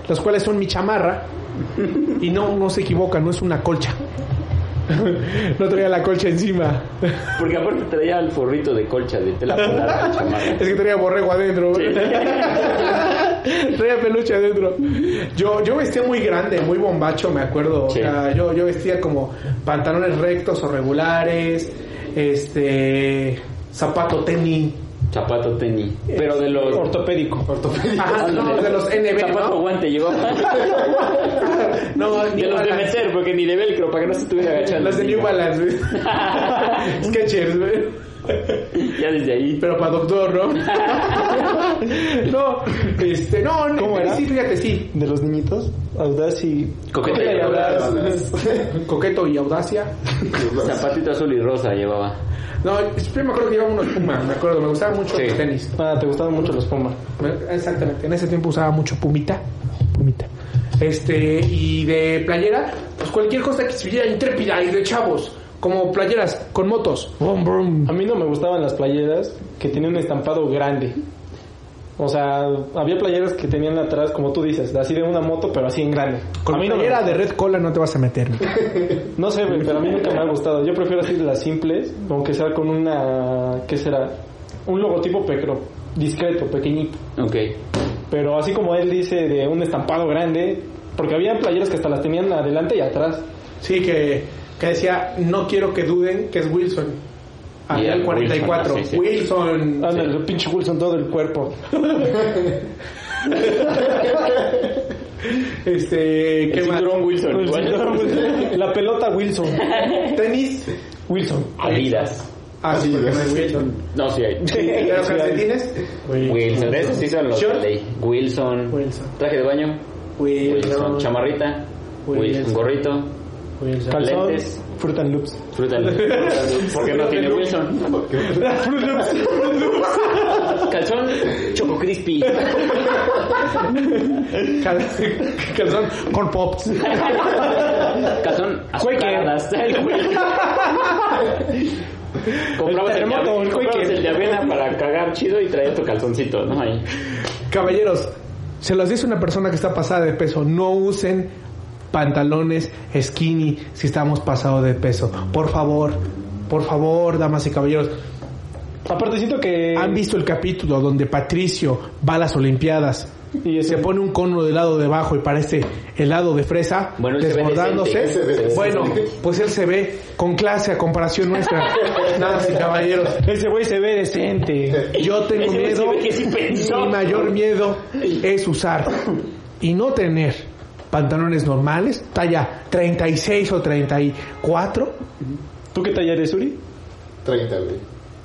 las cuales son mi chamarra. Y no, no se equivoca, no es una colcha. [laughs] No traía la colcha encima.
Porque aparte traía el forrito de colcha de tela polar, la chamarra.
Es que traía borrego adentro. [laughs] traía peluche adentro. Yo, yo vestía muy grande, muy bombacho, me acuerdo. O
Sí.
sea, yo, yo vestía como pantalones rectos o regulares, este zapato tenis.
Zapato tenis. Pero de los.
Ortopédico.
Ajá, [laughs] no, de los NB,
Zapato
¿no?
guante llevaba.
[laughs] No,
De
New
los de
Balance.
meter, porque ni de velcro, para que no se estuviera agachando.
Los de New Balance, güey. Skechers, güey.
Ya desde ahí.
Pero para doctor, ¿no? [laughs] no, este, no,
¿Cómo era?
sí, fíjate, sí.
De los niñitos. Audaz y.
Coqueta y
audaz.
Coqueto y audacia.
Zapatito azul y rosa llevaba.
No, siempre me acuerdo que llevaba unos Puma, me acuerdo, me gustaban mucho
Sí.
los tenis.
Ah, te gustaban mucho los Puma.
Me- Exactamente, en ese tiempo usaba mucho Pumita. Pumita. Este, y de playera, pues cualquier cosa que se viera intrépida y de chavos, como playeras con motos. Brum, brum.
A mí no me gustaban las playeras que tenían un estampado grande. O sea, había playeras que tenían atrás, como tú dices, así de una moto, pero así en grande.
Con
a mí no me
playera de Red Cola no te vas a meter.
No sé, güey, pero a mí nunca me ha gustado. Yo prefiero así las simples, aunque sea con una, ¿qué será? Un logotipo pero discreto, pequeñito.
Ok.
Pero así como él dice de un estampado grande, porque había playeras que hasta las tenían adelante y atrás.
Sí, que, que decía, no quiero que duden que es Wilson.
Y
Había
era
el 44.
Wilson, sí, sí.
Wilson.
Ándale, el pinche Wilson todo el cuerpo.
Este, ¿qué
El
más?
[laughs]
cinturón Wilson. Igual.
La pelota Wilson.
Tenis.
Wilson.
Adidas.
Ah, sí, porque no es Wilson.
No, sí hay.
Pero calcetines.
Wilson. De esos sí son los de
Short.
ley. Wilson.
Wilson.
Traje de baño. Wilson,
Wilson,
Pues, chamarrita, Wilson,
Wilson.
gorrito,
Wilson.
Calzón,
Lentes.
Fruit and Loops. [laughs]
fruta. Porque no tiene Wilson.
Fruit Loops.
[laughs]
Calzón, choco crispy.
Cal- Calzón con pops.
Calzón,
Cueque.
azucaradas. El cueque. Comprabas el, de
terremoto,
avena-
el cueque.
comprabas el de avena para cagar chido y traía tu calzoncito, ¿no? Ahí.
Caballeros, se los dice una persona que está pasada de peso, no usen pantalones skinny si estamos pasados de peso. Por favor, por favor, damas y caballeros.
Aparte siento que...
¿Han visto el capítulo donde Patricio va a las Olimpiadas?
Y
Se
ese...
pone un cono de helado debajo y parece helado de fresa
Bueno, él se ve
desbordándose.
decente, él se ve
bueno,
decente.
pues él se ve con clase a comparación nuestra.
[laughs]
Damas y caballeros,
Ese güey se ve decente.
yo tengo
Ese güey se
miedo.
ve que sí pensó.
Mi mayor miedo es usar y no tener pantalones normales, talla 36 o 34.
¿Tú qué talla eres, Uri?
30, güey.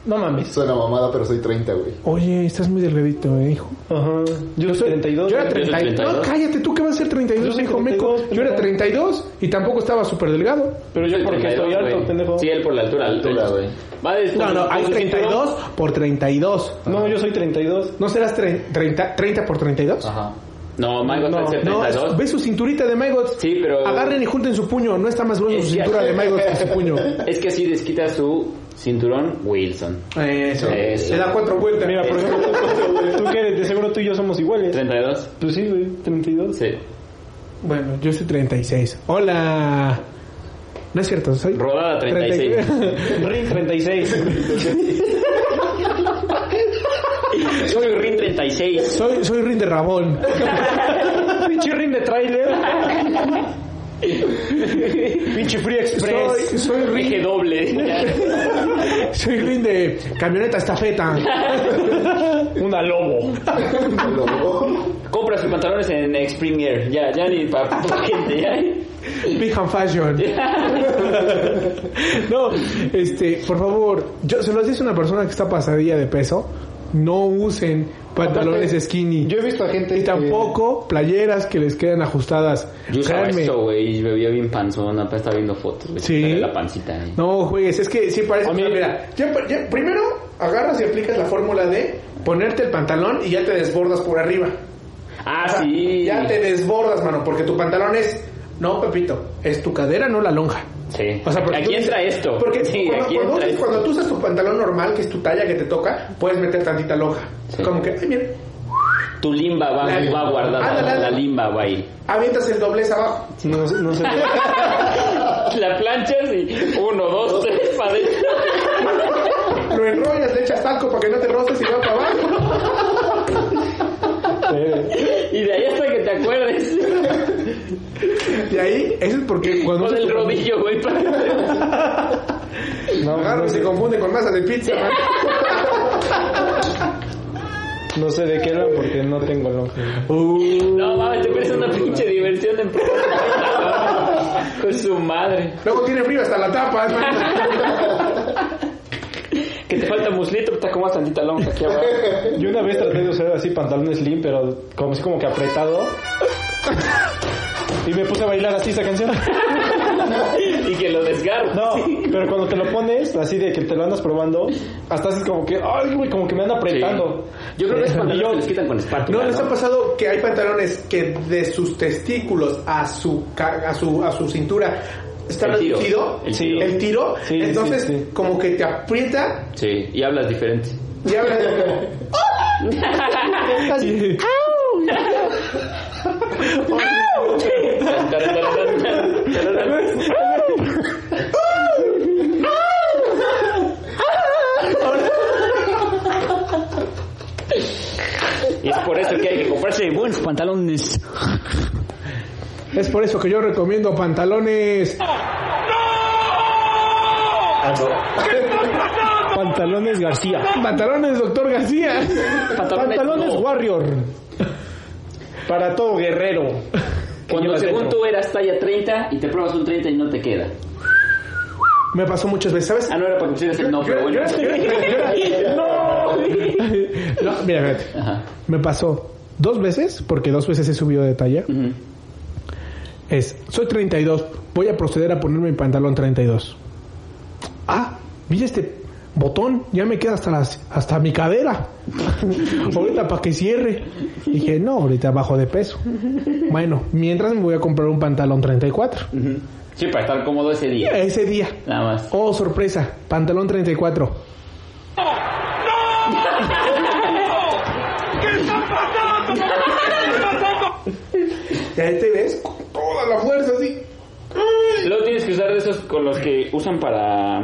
No mames.
Suena mamada, pero soy 30, güey.
Oye, estás muy delgadito, eh, hijo.
Ajá. Yo soy 32.
Yo era
Yo soy
32. No,
32.
cállate, tú que vas a ser 32,
Yo soy
hijo meco.
32,
Yo era
pendejo.
32 y tampoco estaba súper delgado.
Pero yo
Soy
porque
32,
estoy alto,
güey.
pendejo.
Sí, él por la altura.
Altura, güey.
Va de
No, no, hay
pues,
32 por 32.
No, yo soy 32.
¿No serás tre- 30, 30 por
Ah,
32?
Ajá.
No, Michael
No,
no,
No, es-
32.
ve su cinturita de Maygot.
Sí, pero-
Agarren y junten su puño. No está más grueso
Es
su
[laughs]
que-
cintura de Maygot que su puño.
Es que así desquita su cinturón Wilson.
Eso.
Eso.
Se da cuatro vueltas.
Mira, por ejemplo, [laughs] tú- tú que eres, de seguro tú y yo somos iguales.
32.
Pues sí, güey, 32.
Sí.
Bueno, yo soy 36. Hola. No es cierto, soy...
Rodada 36.
36.
Rin 36.
Soy Rin 36.
soy, soy Rin de Rabón.
[laughs] Pinche Rin de [laughs] trailer. Pinche Free Express.
Soy, soy,
Eje
Rin,
doble.
soy Rin de camioneta estafeta.
Una lobo.
Lobo.
Compra sus pantalones en Ex Premier. Ya, ya ni para gente. Ya.
Big
[laughs]
and Fashion. No, este, por favor, yo se los dice una persona que está pasadilla de peso, no usen pantalones
Aparte,
skinny.
Yo he visto a gente.
y
que-
tampoco playeras que les queden ajustadas.
Yo usaba
Créanme.
esto, güey, y bebía bien panzona, para estar viendo fotos, güey.
Sí.
De la pancita. güey.
No juegues, es que sí parece.
A mí-
mira, ya- ya- primero agarras y aplicas la fórmula de ponerte el pantalón y ya te desbordas por arriba.
Ah,
O sea,
sí.
Ya te desbordas, mano, porque tu pantalón es. No, Pepito, es tu cadera, no la lonja.
Sí.
O sea, porque tú
aquí entra
dices-
esto.
Porque
sí,
cuando,
aquí
cuando
entra
usas-
esto.
cuando tú usas tu pantalón normal, que es tu talla que te toca, puedes meter tantita lonja.
Sí.
Como que, ay, mira,
Tu limba va,
La-
va guardada.
Ándale,
la,
ándale.
limba va ahí.
avientas el doblez abajo.
No, no sé.
[laughs]
La planchas y uno, dos, tres, para adentro.
Lo enrollas, le echas talco para que no te roces y va para abajo.
Eh,
Y de ahí hasta que te acuerdes.
Y ahí, eso es porque cuando
Con
usas
el
tu pantalón-
rodillo, güey. para-
No,
agarra
no
y se
sé,
confunde con masa de pizza. man.
no sé de qué hablan porque no tengo lonja.
No, mames, te parece una pinche diversión en [laughs] programa. Con su madre.
Luego tiene frío hasta la tapa. man.
Que te falta muslito, pero te acomodas tantita lonja aquí [laughs] abajo.
Yo una vez traté de usar así pantalón slim, pero como así como que apretado. Y me puse a bailar así esa canción.
Y que lo desgarro.
No, pero cuando te lo pones, así de que te lo andas probando, hasta haces como que, ay, güey, como que me anda apretando.
Yo creo que es cuando
Y yo-
los quitan con espátula.
¿No les ha
¿no?
pasado que hay pantalones que de sus testículos a su ca- a su a su cintura está
El tiro.
reducido
El
Sí.
tiro.
el tiro?
Sí, sí,
entonces
sí.
como que te aprieta
Sí, y hablas diferente.
y hablas como
Y es por eso que hay que comprarse buenos pantalones.
Es por eso que yo recomiendo pantalones.
Pantalones García.
Pantalones, doctor García.
Pantalones,
Pantalones
no.
Warrior. Para todo guerrero. Que
Cuando
llevas
según
dentro.
tú eras talla 30 y te pruebas un 30 y no te queda.
Me pasó muchas veces, ¿sabes?
Ah, no era para que pusieras el nombre, bueno.
No, mira, espérate.
Ajá.
Me pasó dos veces, porque dos veces he subido de talla.
Ujú.
es, soy 32, voy a proceder a ponerme mi pantalón 32. Ah, mira este botón, ya me queda hasta las, hasta mi cadera. ahorita para que cierre. Dije, no, ahorita bajo de peso. Bueno, mientras me voy a comprar un pantalón 34.
Ujú. Sí, para estar cómodo ese día.
Ese día.
Nada más.
Oh, sorpresa, pantalón 34. Y ahí te ves con toda la fuerza así.
Luego tienes que usar de esos con los que usan para.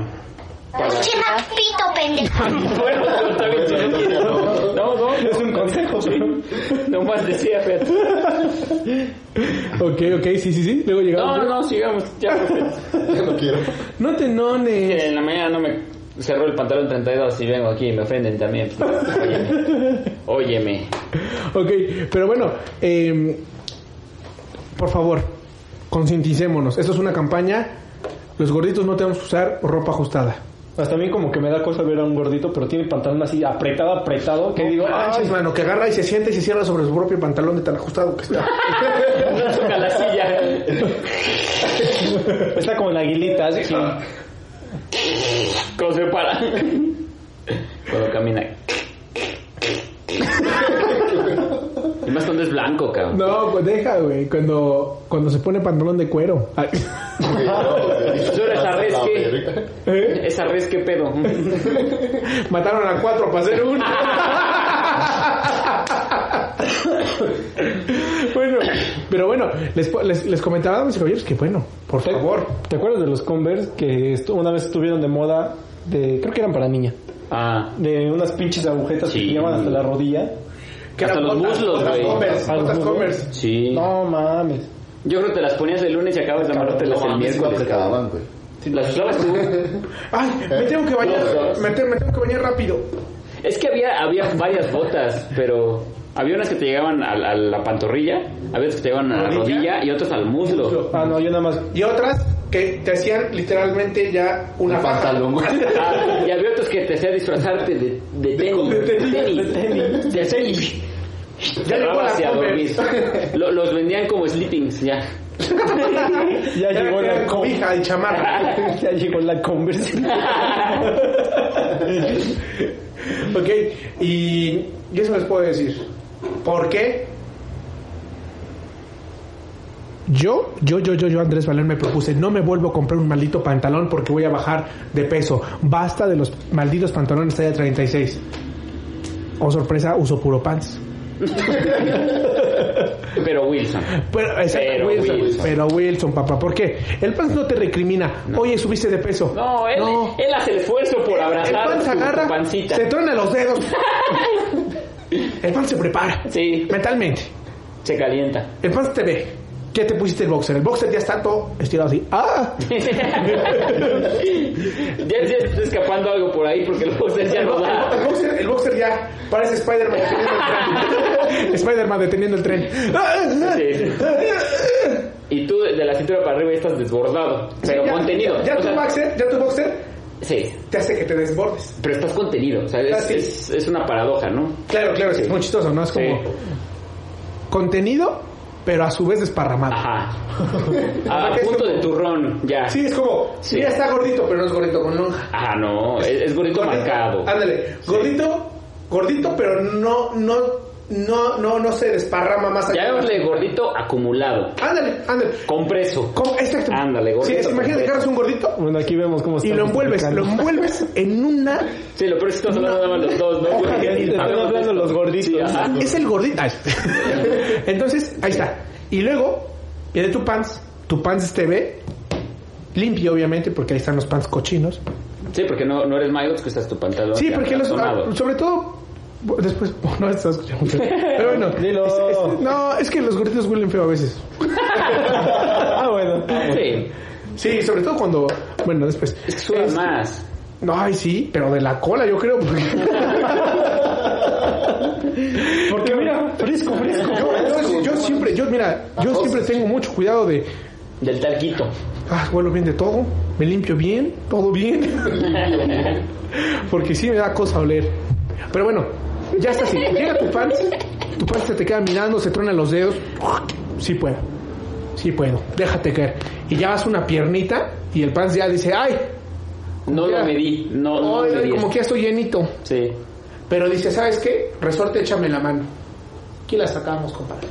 Pinche más pito, pendejo.
Bueno, está bien, si no quieres, No, no, no, es un consejo. Sí. No más decía, Fer.
Ok, ok, sí, sí, sí. Luego
No,
llegamos.
no, no, sigamos. Ya, pues,
Ya no quiero.
No te nones.
que en la mañana no me cerró el pantalón 32 y vengo aquí y me ofenden también. pues, Óyeme. Óyeme.
Ok, pero bueno, eh, por favor, concienticémonos. Esto es una campaña. Los gorditos no tenemos que usar ropa ajustada.
Hasta a mí como que me da cosa ver a un gordito, pero tiene pantalón así apretado, apretado, que digo,
Ah,
Manches,
"Ay,
mano, que agarra y se sienta y se cierra sobre su propio pantalón de tan ajustado que está.
Toca la silla.
[laughs] está como la aguilita, así.
Cuando se para. Cuando camina. Y más cuando es blanco, cabrón.
No, pues deja, güey. Cuando, cuando se pone pantalón de cuero. Ay.
Güey, no,
Yo eres a res,
la
¿qué?
verga.
¿Eh?
Esa res, qué pedo.
Mataron a cuatro para hacer uno. bueno, pero bueno, les, po- les, les comentaba, mis caballeros, que bueno, por
¿Te,
favor.
¿Te acuerdas de los Converse que estu- una vez estuvieron de moda? De, creo que eran para niña.
Ah,
De unas pinches agujetas que
Sí.
te llevan hasta la rodilla.
Que
Hasta
eran
los
botas,
muslos,
botas
güey.
Converse,
A los
botas
muslos.
Converse.
sí.
No mames.
Yo creo que te las ponías el lunes y acabas de amártelas
No,
el
a mí sí me
miércoles, cabrón.
apretaban, güey.
Las
[laughs]
usabas tú.
Ay, me tengo que bañar, me, te- me tengo que bañar rápido.
Es que había, había varias botas, pero había unas que te llegaban a, la- a la pantorrilla, había otras que te llegaban a la
Rodilla.
rodilla y otras al
[laughs]
muslo.
Ah, no, yo nada más.
Y otras que te hacían literalmente ya una
Un
faja.
pantalón, güey.
Ah, y había otros que te hacían disfrazarte de, de tenis.
de tenis,
tenis. Te hacían y-
Ya llegó
cerrabas
la
y a dormir.
Converse.
Lo- los vendían como sleepings, ya.
Ya,
Ya
llegó
era
la Converse.
cobija
[laughs]
y chamarra.
ya llegó la Converse.
ok, y yo eso les puedo decir. ¿Por qué? Yo, yo, yo, yo, yo, Andrés Valer me propuse, no me vuelvo a comprar un maldito pantalón porque voy a bajar de peso. Basta de los malditos pantalones talla 36. Oh, sorpresa, uso puro pants.
Pero Wilson.
Pero, exacto,
Pero
Wilson,
Wilson.
Pero Wilson, papá, ¿por qué? El pants no te recrimina. Oye, subiste de peso.
No, él, él hace el esfuerzo por
El
abrazar
pan se
tu- tu
agarra,
pancita.
se truena los
[laughs]
dedos. El pan se prepara.
Sí.
Mentalmente.
Se calienta.
El pan te ve. Ya te pusiste el boxer. El boxer ya está todo estirado así. ¡Ah!
[laughs] ya se está escapando algo por ahí porque luego usted ya
El,
no
bo-
da.
el boxer, el boxer ya parece Spider-Man deteniendo el
[laughs]
tren. Spider-Man deteniendo el tren. ¡Ah! ¡Ah!
Sí, sí. Y tú de la cintura para arriba estás desbordado, pero
Ya-
contenido.
Ya,
O
tu
sea,
boxer, ya tu boxer
sí,
te hace que te desbordes.
pero estás contenido. O sea, es,
Así.
es- es una paradoja, ¿no?
Claro, claro, sí. es muy chistoso, ¿no? Es como
Sí.
contenido, pero a su vez desparramado. [laughs]
Ajá.
O sea,
A
que es
punto
como-
de turrón, ya.
Sí, es como,
Sí.
mira, está gordito, pero no es gordito con lonja.
Ajá, no, es, es gordito marcado.
Ándale, gordito, gordito, pero no, no, no, no, no se desparrama más allá.
Llamémosle gordito acumulado,
Ándale, ándale.
compreso.
Como- Exacto.
Ándale, gordito,
Sí, es- imagínate que
perfecto.
agarras un gordito
Bueno, aquí vemos cómo está.
y lo envuelves, lo envuelves en una.
Sí, lo peor es que estamos hablando nada más los
[laughs]
dos, ¿no?
Ojalá,
Porque-
están hablando
esto.
los gorditos.
Sí, ajá.
Es el gordito. Ay. [laughs] Entonces, ahí está. Y luego, viene tu pants. Tu pants te ve limpio, obviamente, porque ahí están los pants cochinos.
Sí, porque no, no eres mayo, que usas tu pantalón.
Sí,
ya
porque los,
tomado.
ah, sobre todo bu- después [laughs] bu- no estás escuchando mucho. Pero bueno,
Dilo.
es- es- no, es que los gorditos huelen feo a veces.
[laughs] Ah, bueno.
Sí,
Sí, sobre todo cuando bueno, después.
es que sudas
Es-
más.
No, ay, sí, pero de la cola, yo creo. Porque, [laughs]
Porque mira, fresco, fresco.
yo, yo- yo siempre, yo mira, yo siempre tengo mucho cuidado de
Del talquito.
ah, huelo bien de todo, me limpio bien, todo [laughs] bien. Porque sí me da cosa oler. Pero bueno, ya está así. Llega tu pants, tu pants se te queda mirando, se truena los dedos. Sí puede. sí puedo, déjate caer. Y ya vas una piernita y el pan ya dice, ay,
No
Ya.
lo medí, no, no
ay, ay,
medí.
como que ya estoy llenito.
Sí.
Pero dice, ¿sabes qué? Resorte, échame la mano. Aquí la sacamos, compadre.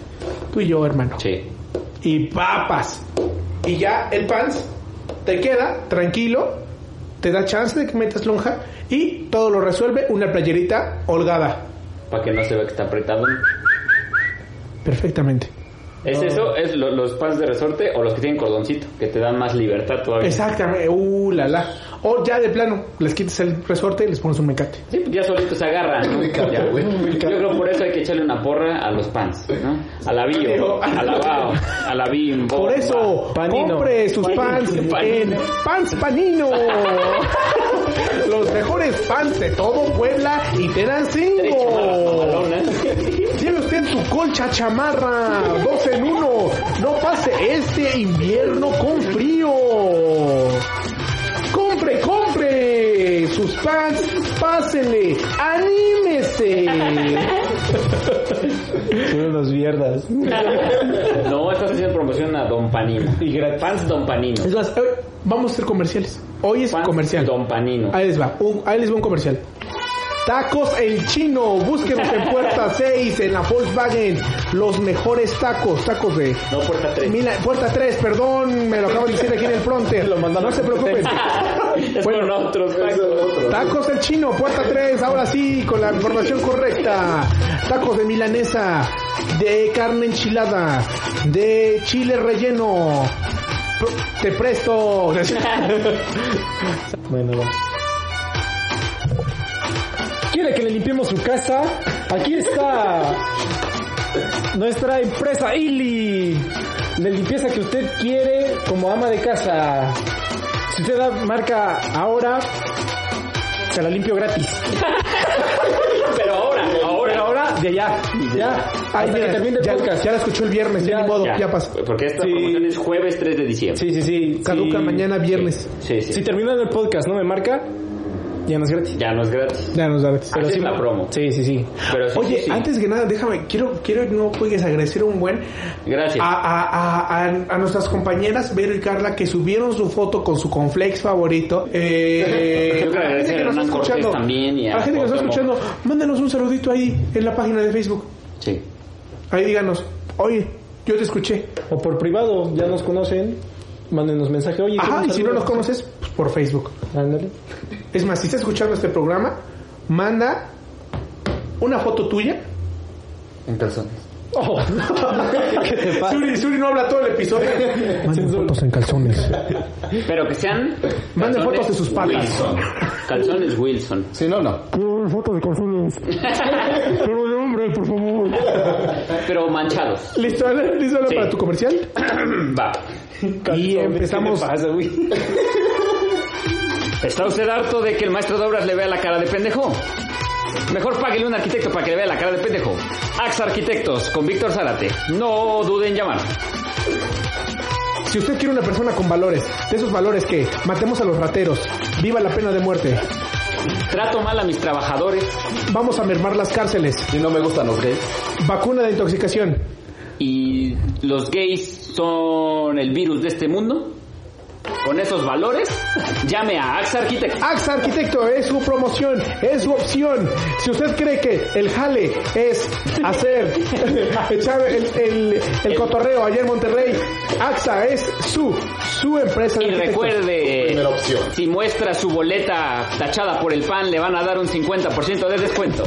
Tú y yo, hermano.
Sí.
Y papas. Y ya el pants te queda tranquilo, te da chance de que metas lonja y todo lo resuelve una playerita holgada.
Para que no se vea que está apretado.
Perfectamente.
¿Es eso? ¿Es lo- los pants de resorte o los que tienen cordoncito? Que te dan más libertad todavía.
Exactamente. Uh, la, la. O ya de plano, les quitas el resorte y les pones un mecate.
Sí, pues ya solitos se agarran. ¿no?
Me encanta,
Ya.
güey, me
Yo
encanta.
creo por eso hay que echarle una porra a los pants, ¿no? A la
Digo,
bio, a la bao, a la bimbo.
Por eso,
Panino.
compre sus
Oh, Panino.
pants en
Panino.
Pants Panino. Los mejores pants de todo Puebla y te dan
Tres chamarras
cinco.
mamalonas.
Lleve usted su colcha chamarra, dos en uno. No pase este invierno con frío. Compre, compre sus pants, pásele, anímese.
Son unos mierdas.
No, estás haciendo promoción a Don Panino.
Y gratis.
Pants Don Panino.
Es más, hoy vamos a hacer comerciales. Hoy es
Pants
comercial.
Don Panino.
Ahí les va, un- ahí les va un comercial. Tacos El Chino, búsquenos en Puerta 6, en la Volkswagen. Los mejores tacos, tacos de...
No, puerta 3.
Mila- Puerta 3, perdón, me lo acaban de decir aquí en el fronter. no se preocupen.
Es con otros tacos.
Tacos El Chino, Puerta 3, ahora sí, con la información correcta. Tacos de milanesa, de carne enchilada, de chile relleno. Pr- Te [laughs] presto.
Bueno, va. ¿Quiere que le limpiemos su casa? Aquí está nuestra empresa Ili. La limpieza que usted quiere como ama de casa. Si usted da- marca ahora, se la limpio gratis.
Pero ahora,
Pero
ahora.
ahora, de allá, ya. Hasta
Ay,
que
mira,
termine el
ya,
podcast.
ya la escuchó el viernes, ya,
Ya,
ni modo,
Ya.
ya, pasa.
Porque esta
Sí.
promoción es jueves 3 de diciembre.
Sí, sí, sí.
Caduca
Sí.
mañana viernes.
Sí, sí.
Si termina el podcast, no me marca, ya no es gratis.
Ya no es gratis.
Ya nos da gratis.
Pero
sí
la promo.
Sí, sí, sí.
Pero sí,
Oye,
sí, sí.
antes que nada, déjame, quiero, quiero no juegues agradecer un buen
Gracias.
a, a- a- a- a nuestras compañeras Vero y Carla que subieron su foto con su conflex favorito. Eh,
Yo quiero
a la gente
agradecer
que
a
nos está
Hernán Cortés
escuchando,
también y a
a la gente que nos está
Cuauhtémoc.
escuchando, mándanos un saludito ahí en la página de Facebook.
Sí.
Ahí díganos, oye, yo te escuché.
O por privado, ya nos conocen. Mándenos mensaje. Oye,
Ajá,
¿qué
y
nos
si no
saludas?
nos conoces, pues, por Facebook.
Ándale.
Es más, si estás escuchando este programa, manda una foto tuya.
En calzones.
Oh. ¿Qué te pasa?
Suri, Suri no habla todo el episodio. Manden fotos en calzones.
Pero que sean.
Manden
calzones
fotos de sus patas.
Wilson. Calzones Wilson.
Si no, no.
[laughs] Pero manchados.
¿Listo, Alan? ¿Listo Alan,
Sí.
para tu comercial?
Va.
Y empezamos.
[laughs] ¿Está usted harto de que el maestro de obras le vea la cara de pendejo? Mejor páguele a un arquitecto para que le vea la cara de pendejo. Ax Arquitectos con Víctor Zárate. No duden en llamar.
Si usted quiere una persona con valores, de esos valores que matemos a los rateros, viva la pena de muerte,
Trato mal a mis trabajadores
vamos a mermar las cárceles,
Si no me gustan los gays.
vacuna de intoxicación,
y los gays son el virus de este mundo. Con esos valores, [laughs] llame a Ax Arquitectos.
AXA Arquitecto es su promoción, es su opción. Si usted cree que el jale es hacer [laughs] echar el, el- el cotorreo allá en Monterrey, AXA es su, su empresa de
Y
arquitectos.
recuerde,
Primera opción.
si muestra su boleta tachada por el pan, le van a dar un 50% de descuento.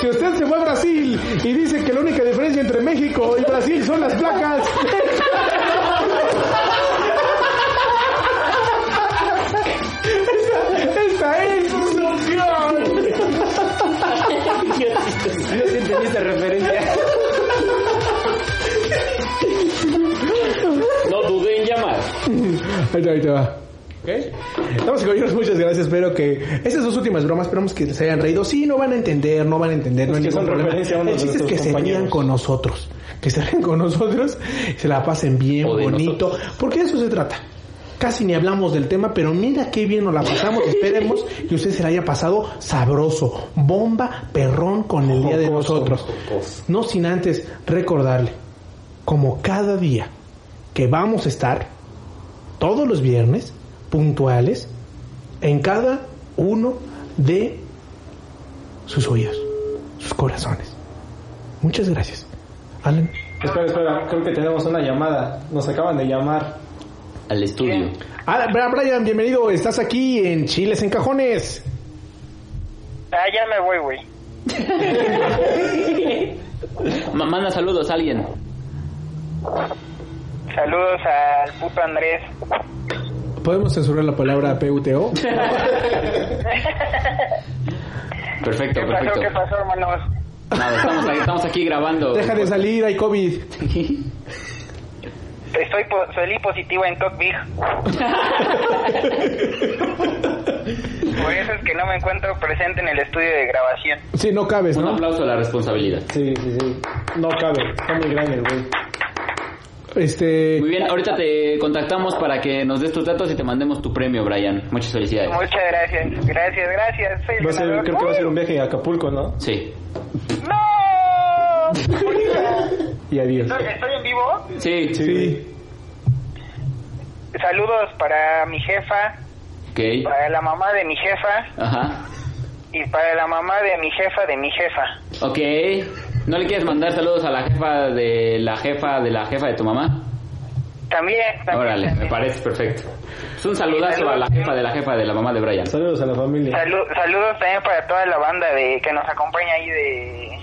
Si usted se fue a Brasil y dice que la única diferencia entre México y Brasil son las placas. Esta, esta es su opción.
Yo sí entendí esa referencia. No dudé en llamar.
Ahí te, ahí te va. Estamos caballeros, muchas gracias. Espero que estas dos últimas bromas, esperamos que se hayan reído. Sí, no van a entender, no van a entender. No hay
que
ningún
son
problema.
referencia a uno
El
de
chiste es que
nuestros
se rían
compañeros.
con nosotros, que se rían con nosotros, se la pasen bien,
O de
bonito, porque de eso se trata. Casi ni hablamos del tema, pero mira qué bien nos la pasamos. Esperemos que usted se la haya pasado sabroso, bomba, perrón con el día de nosotros. No sin antes recordarle como cada día que vamos a estar todos los viernes puntuales en cada uno de sus oídos, sus corazones. Muchas gracias. Alan.
Espera, espera, creo que tenemos una llamada. Nos acaban de llamar.
Al estudio.
Alan, Ah, Bra- Brian, bienvenido. Estás aquí en Chiles en Cajones.
Ah, ya me voy, güey.
Ma- manda saludos a alguien.
Saludos al puto Andrés.
¿Podemos censurar la palabra PUTO?
Perfecto,
¿Qué pasó? ¿Qué
perfecto.
pasó, hermanos?
Nada, estamos aquí, estamos aquí grabando.
[laughs] Deja de salir, hay COVID.
Estoy po- salí positivo en Cock
[laughs]
Big. Por eso es que no me encuentro presente en el estudio de grabación.
Sí, no cabes,
Un
¿no?
aplauso a la responsabilidad.
Sí, sí, sí. No cabe, está muy grande, güey.
Este,
Muy bien, ahorita te contactamos para que nos des tus datos y te mandemos tu premio, Brian. Muchas felicidades.
Muchas gracias. Gracias, gracias. Soy el
Va a ser-
ganador.
creo que va a ser un viaje a Acapulco, ¿no?
Sí.
¡No!
Y adiós.
¿Estoy, estoy en vivo?
Sí.
sí.
Saludos para mi jefa,
Ok.
para la mamá de mi jefa
Ajá.
y para la mamá de mi jefa de mi jefa.
Ok. ¿No le quieres mandar saludos a la jefa de la jefa de la jefa de tu mamá?
También, también.
Órale, me
también.
parece perfecto. Es un saludazo a la jefa de la jefa de la mamá de Brian.
Saludos a la familia.
Salu- saludos también para toda la banda de que nos acompaña ahí de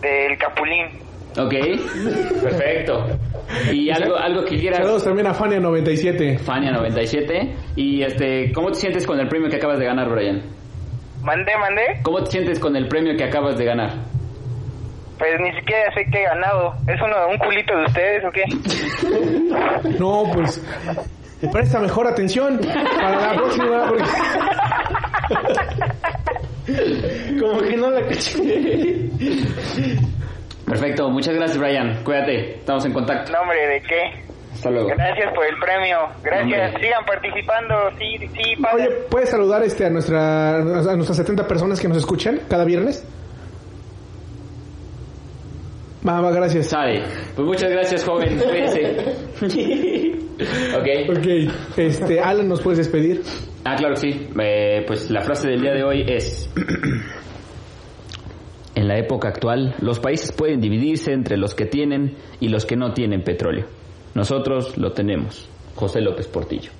del Capulín.
Ok. Perfecto. Y algo, algo que quieras.
Saludos también a Fania97.
Fania97. Y este, ¿cómo te sientes con el premio que acabas de ganar, Brian?
Mandé, mandé.
¿Cómo te sientes con el premio que acabas de ganar?
Pues ni siquiera sé qué he ganado. ¿Es uno un culito de ustedes o qué?
No, pues. Presta mejor atención para la próxima. porque-
Como que no la caché.
Perfecto, muchas gracias, Brian. Cuídate, estamos en contacto.
No, hombre, ¿de qué?
Hasta luego.
Gracias por el premio. Gracias.
Hombre.
Sigan participando. Sí, sí,
Oye,
pasen.
¿puedes saludar este, a, nuestra, a nuestras 70 personas que nos escuchan cada viernes? Va, va, gracias.
Sale. Pues muchas gracias, joven. Cuídese. ok.
Ok, este, Alan, ¿nos puedes despedir?
Ah, claro que sí. Eh, pues la frase del día de hoy es... [clears throat] en la época actual, los países pueden dividirse entre los que tienen y los que no tienen petróleo. Nosotros lo tenemos. José López Portillo.